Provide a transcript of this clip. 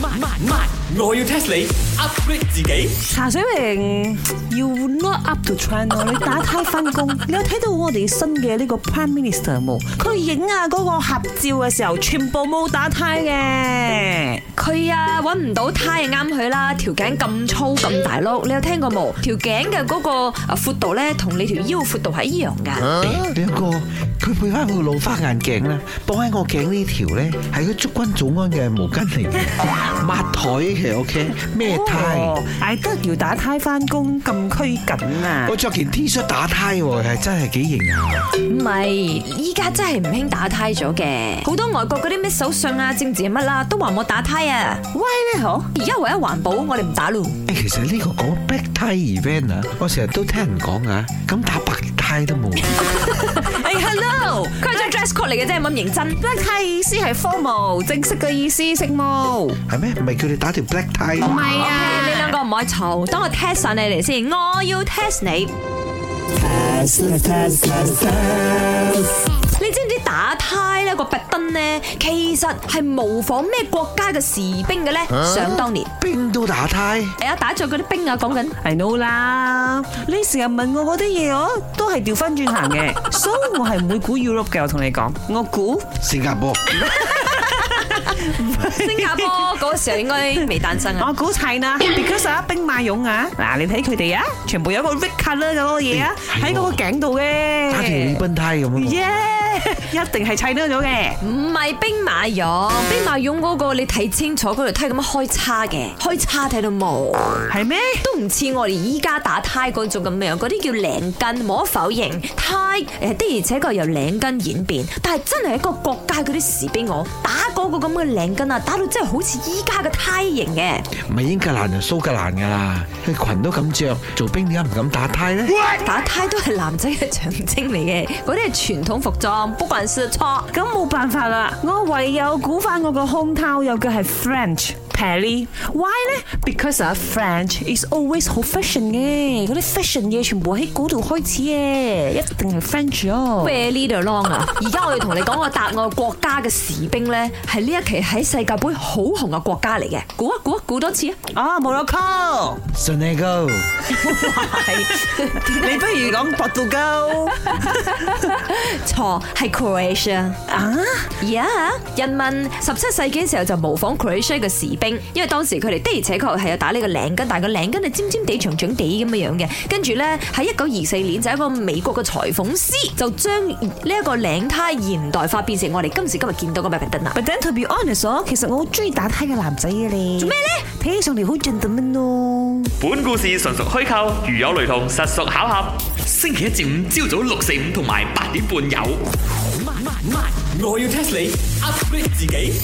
慢慢慢，我要 test 你 upgrade 自己。茶水榮要 not up to trend 咯，你打呔翻工，你有睇到我哋新嘅呢個 Prime Minister 冇？佢影啊嗰個合照嘅時候，全部冇打呔嘅。佢啊揾唔到胎啱佢啦，條頸咁粗咁大碌，你有聽過冇？條頸嘅嗰個啊闊度咧，同你條腰闊度係一樣㗎。兩個佢配翻副老花眼鏡咧，綁喺我頸呢條咧，係佢祝君早安嘅毛巾嚟嘅，抹台嘅 OK，咩呔？艾德要打呔翻工咁拘謹啊我！着件 T 恤打呔喎，係真係幾型啊！唔係，依家真係唔興打胎咗嘅，好多外國嗰啲咩首相啊、政治乜啦，都話冇打胎啊。喂，你好，而家為咗環保，我哋唔打咯。誒，其實呢個講 back 呔 event 啊，我成日都聽人講啊，咁打白呔都冇。哎，hello，佢係張 dress code 嚟嘅啫，冇咁認真。 black tie 意思係 formal，正式嘅意思式冇。係咩？唔係叫你打條 black tie？唔係你兩個唔可以嘈，等我 test 晒你嚟先，我要 test 你。你知唔知打呔呢個拔燈呢，其實係模仿咩國家嘅士兵嘅呢？想當年，冰都打呔？係啊，打仗嗰啲兵啊，講緊。 I know 啦，你成日問我嗰啲嘢，我都係調翻轉行嘅，所以我係唔會估 Europe 嘅。我同你講，我估新加坡。新加坡嗰個時候應該未誕生啊。我估齊啦，because 啊兵馬俑啊，嗱你睇佢哋啊，全部有個 red colour 嘅嗰個嘢啊，嗯係喎喺嗰個頸度嘅，打條李賓呔咁樣。耶，一定係砌多咗嘅。唔係兵馬俑，兵馬俑嗰個你睇清楚，嗰條梯咁樣開叉嘅，開叉睇到冇，係咩？都唔似我哋依家打呔嗰種咁樣，嗰啲叫領巾，冇得否認。呔誒的而且確由領巾演變，但係真係一個國家嗰啲士兵我打嗰個咁嘅領巾啊，打到真係好似依家嘅呔型嘅。唔係英格蘭就蘇格蘭㗎啦，佢裙都咁着，做兵點解唔敢打呔咧？ 打呔都係男仔嘅象徵嚟嘅，嗰啲係傳統服裝，不管是錯。咁冇辦法啦，我唯有估翻我個 hometown 有嘅係 French。Paris why 咧？Because 啊，French is always 好 fashion 嘅，嗰啲 fashion 嘢全部喺嗰度開始嘅，一定係 French 咯。 Where lead along 啊！ 而家我要同你講，我答案國家嘅士兵咧，係呢一期喺世界盃好紅嘅國家嚟嘅。估一估一估多次 啊！啊，冇落 call，信你高，你不如講博度高錯，係 Croatia。啊？ Yeah，人民十七世紀嘅時候就模仿 Croatia 嘅士兵，因為當時佢哋的而且確係有打呢個領巾，但係個領巾係尖尖地、長長地咁嘅樣嘅。跟住咧喺一九二四年就有一個美國嘅裁縫師就將呢一個領呔現代化，變成我哋今時今日見到嘅 b a b y d n 啦。 But then to be honest，哦其實我好中意打呔嘅男仔嘅咧。做咩咧？睇起上嚟好 gentleman 咯。本故事純屬虛構，如有雷同，實屬巧合。星期一至五朝早六四五同埋八點半有。慢慢慢，我要 test 你 upgrade 自己。